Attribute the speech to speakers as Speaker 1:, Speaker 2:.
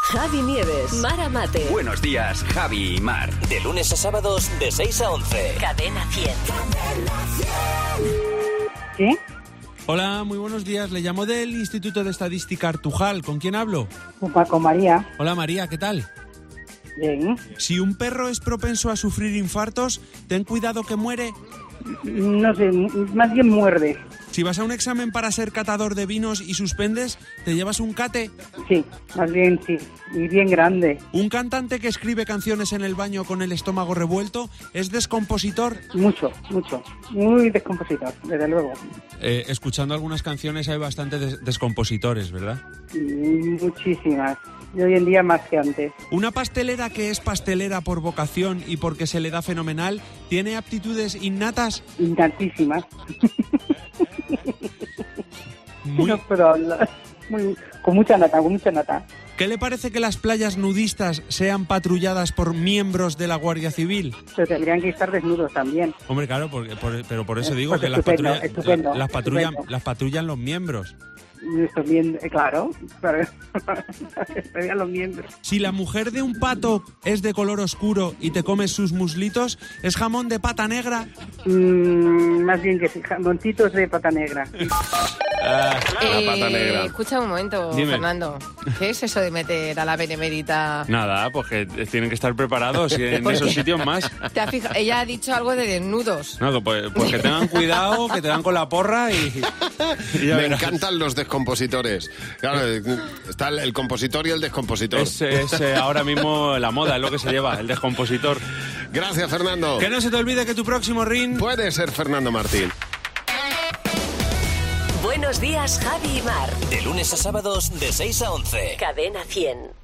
Speaker 1: Javi Nieves, Mara Mate,
Speaker 2: Buenos días, Javi y Mar.
Speaker 3: De lunes a sábados de 6 a 11.
Speaker 1: Cadena 100.
Speaker 4: ¿Sí?
Speaker 5: Hola, muy buenos días. Le llamo del Instituto de Estadística Artujal. ¿Con quién hablo?
Speaker 4: Con Paco María.
Speaker 5: Hola María, ¿qué tal?
Speaker 4: Bien. ¿eh?
Speaker 5: Si un perro es propenso a sufrir infartos, ten cuidado que muere.
Speaker 4: No sé, más bien muerde.
Speaker 5: Si vas a un examen para ser catador de vinos y suspendes, te llevas un cate.
Speaker 4: Sí, más bien sí. Y bien grande.
Speaker 5: Un cantante que escribe canciones en el baño con el estómago revuelto es descompositor.
Speaker 4: Mucho, mucho. Muy descompositor, desde luego.
Speaker 5: Eh, escuchando algunas canciones hay bastantes des- descompositores, ¿verdad?
Speaker 4: Y Muchísimas. Y hoy en día más que antes.
Speaker 5: Una pastelera que es pastelera por vocación y porque se le da fenomenal, tiene aptitudes innatas
Speaker 4: Tantísimas.
Speaker 5: muy...
Speaker 4: No puedo hablar. Muy- con mucha nata, con mucha nata.
Speaker 5: ¿Qué le parece que las playas nudistas sean patrulladas por miembros de la Guardia Civil?
Speaker 4: Pero tendrían que estar desnudos también.
Speaker 5: Hombre, claro, porque- por- pero por eso
Speaker 4: Eh,
Speaker 5: digo
Speaker 4: pues
Speaker 5: que las,
Speaker 4: estupendo,
Speaker 5: patrulla-
Speaker 4: estupendo,
Speaker 5: la- las, patrullan,
Speaker 4: estupendo.
Speaker 5: las patrullan los miembros.
Speaker 4: Estoy bien, eh, claro. Para, estarían los miembros.
Speaker 5: Si la mujer de un pato es de color oscuro y te comes sus muslitos, es jamón de pata negra.
Speaker 4: Mm, más bien que sí, jamoncitos de pata negra.
Speaker 6: Eh,
Speaker 7: Ah, pata negra.
Speaker 6: Escucha un momento,
Speaker 7: Dime.
Speaker 6: Fernando. ¿Qué es eso de meter a la benemérita?
Speaker 7: Nada, pues que tienen que estar preparados y en
Speaker 6: ¿Por
Speaker 7: esos
Speaker 6: qué?
Speaker 7: sitios más.
Speaker 6: ¿Te has fijado? Ella ha dicho algo de desnudos.
Speaker 7: No, que pues, pues que tengan cuidado, que te dan con la porra y, y ya
Speaker 8: Me
Speaker 7: verás.
Speaker 8: encantan los descompositores. Claro, eh, está el, el compositor y el descompositor.
Speaker 7: Es, es, eh, ahora mismo la moda, es lo que se lleva, el descompositor.
Speaker 8: Gracias, Fernando.
Speaker 5: Que no se te olvide que tu próximo ring...
Speaker 8: Puede ser Fernando Martín.
Speaker 1: Buenos días, Javi y Mar.
Speaker 3: De lunes a sábados de 6 a 11.
Speaker 1: Cadena 100.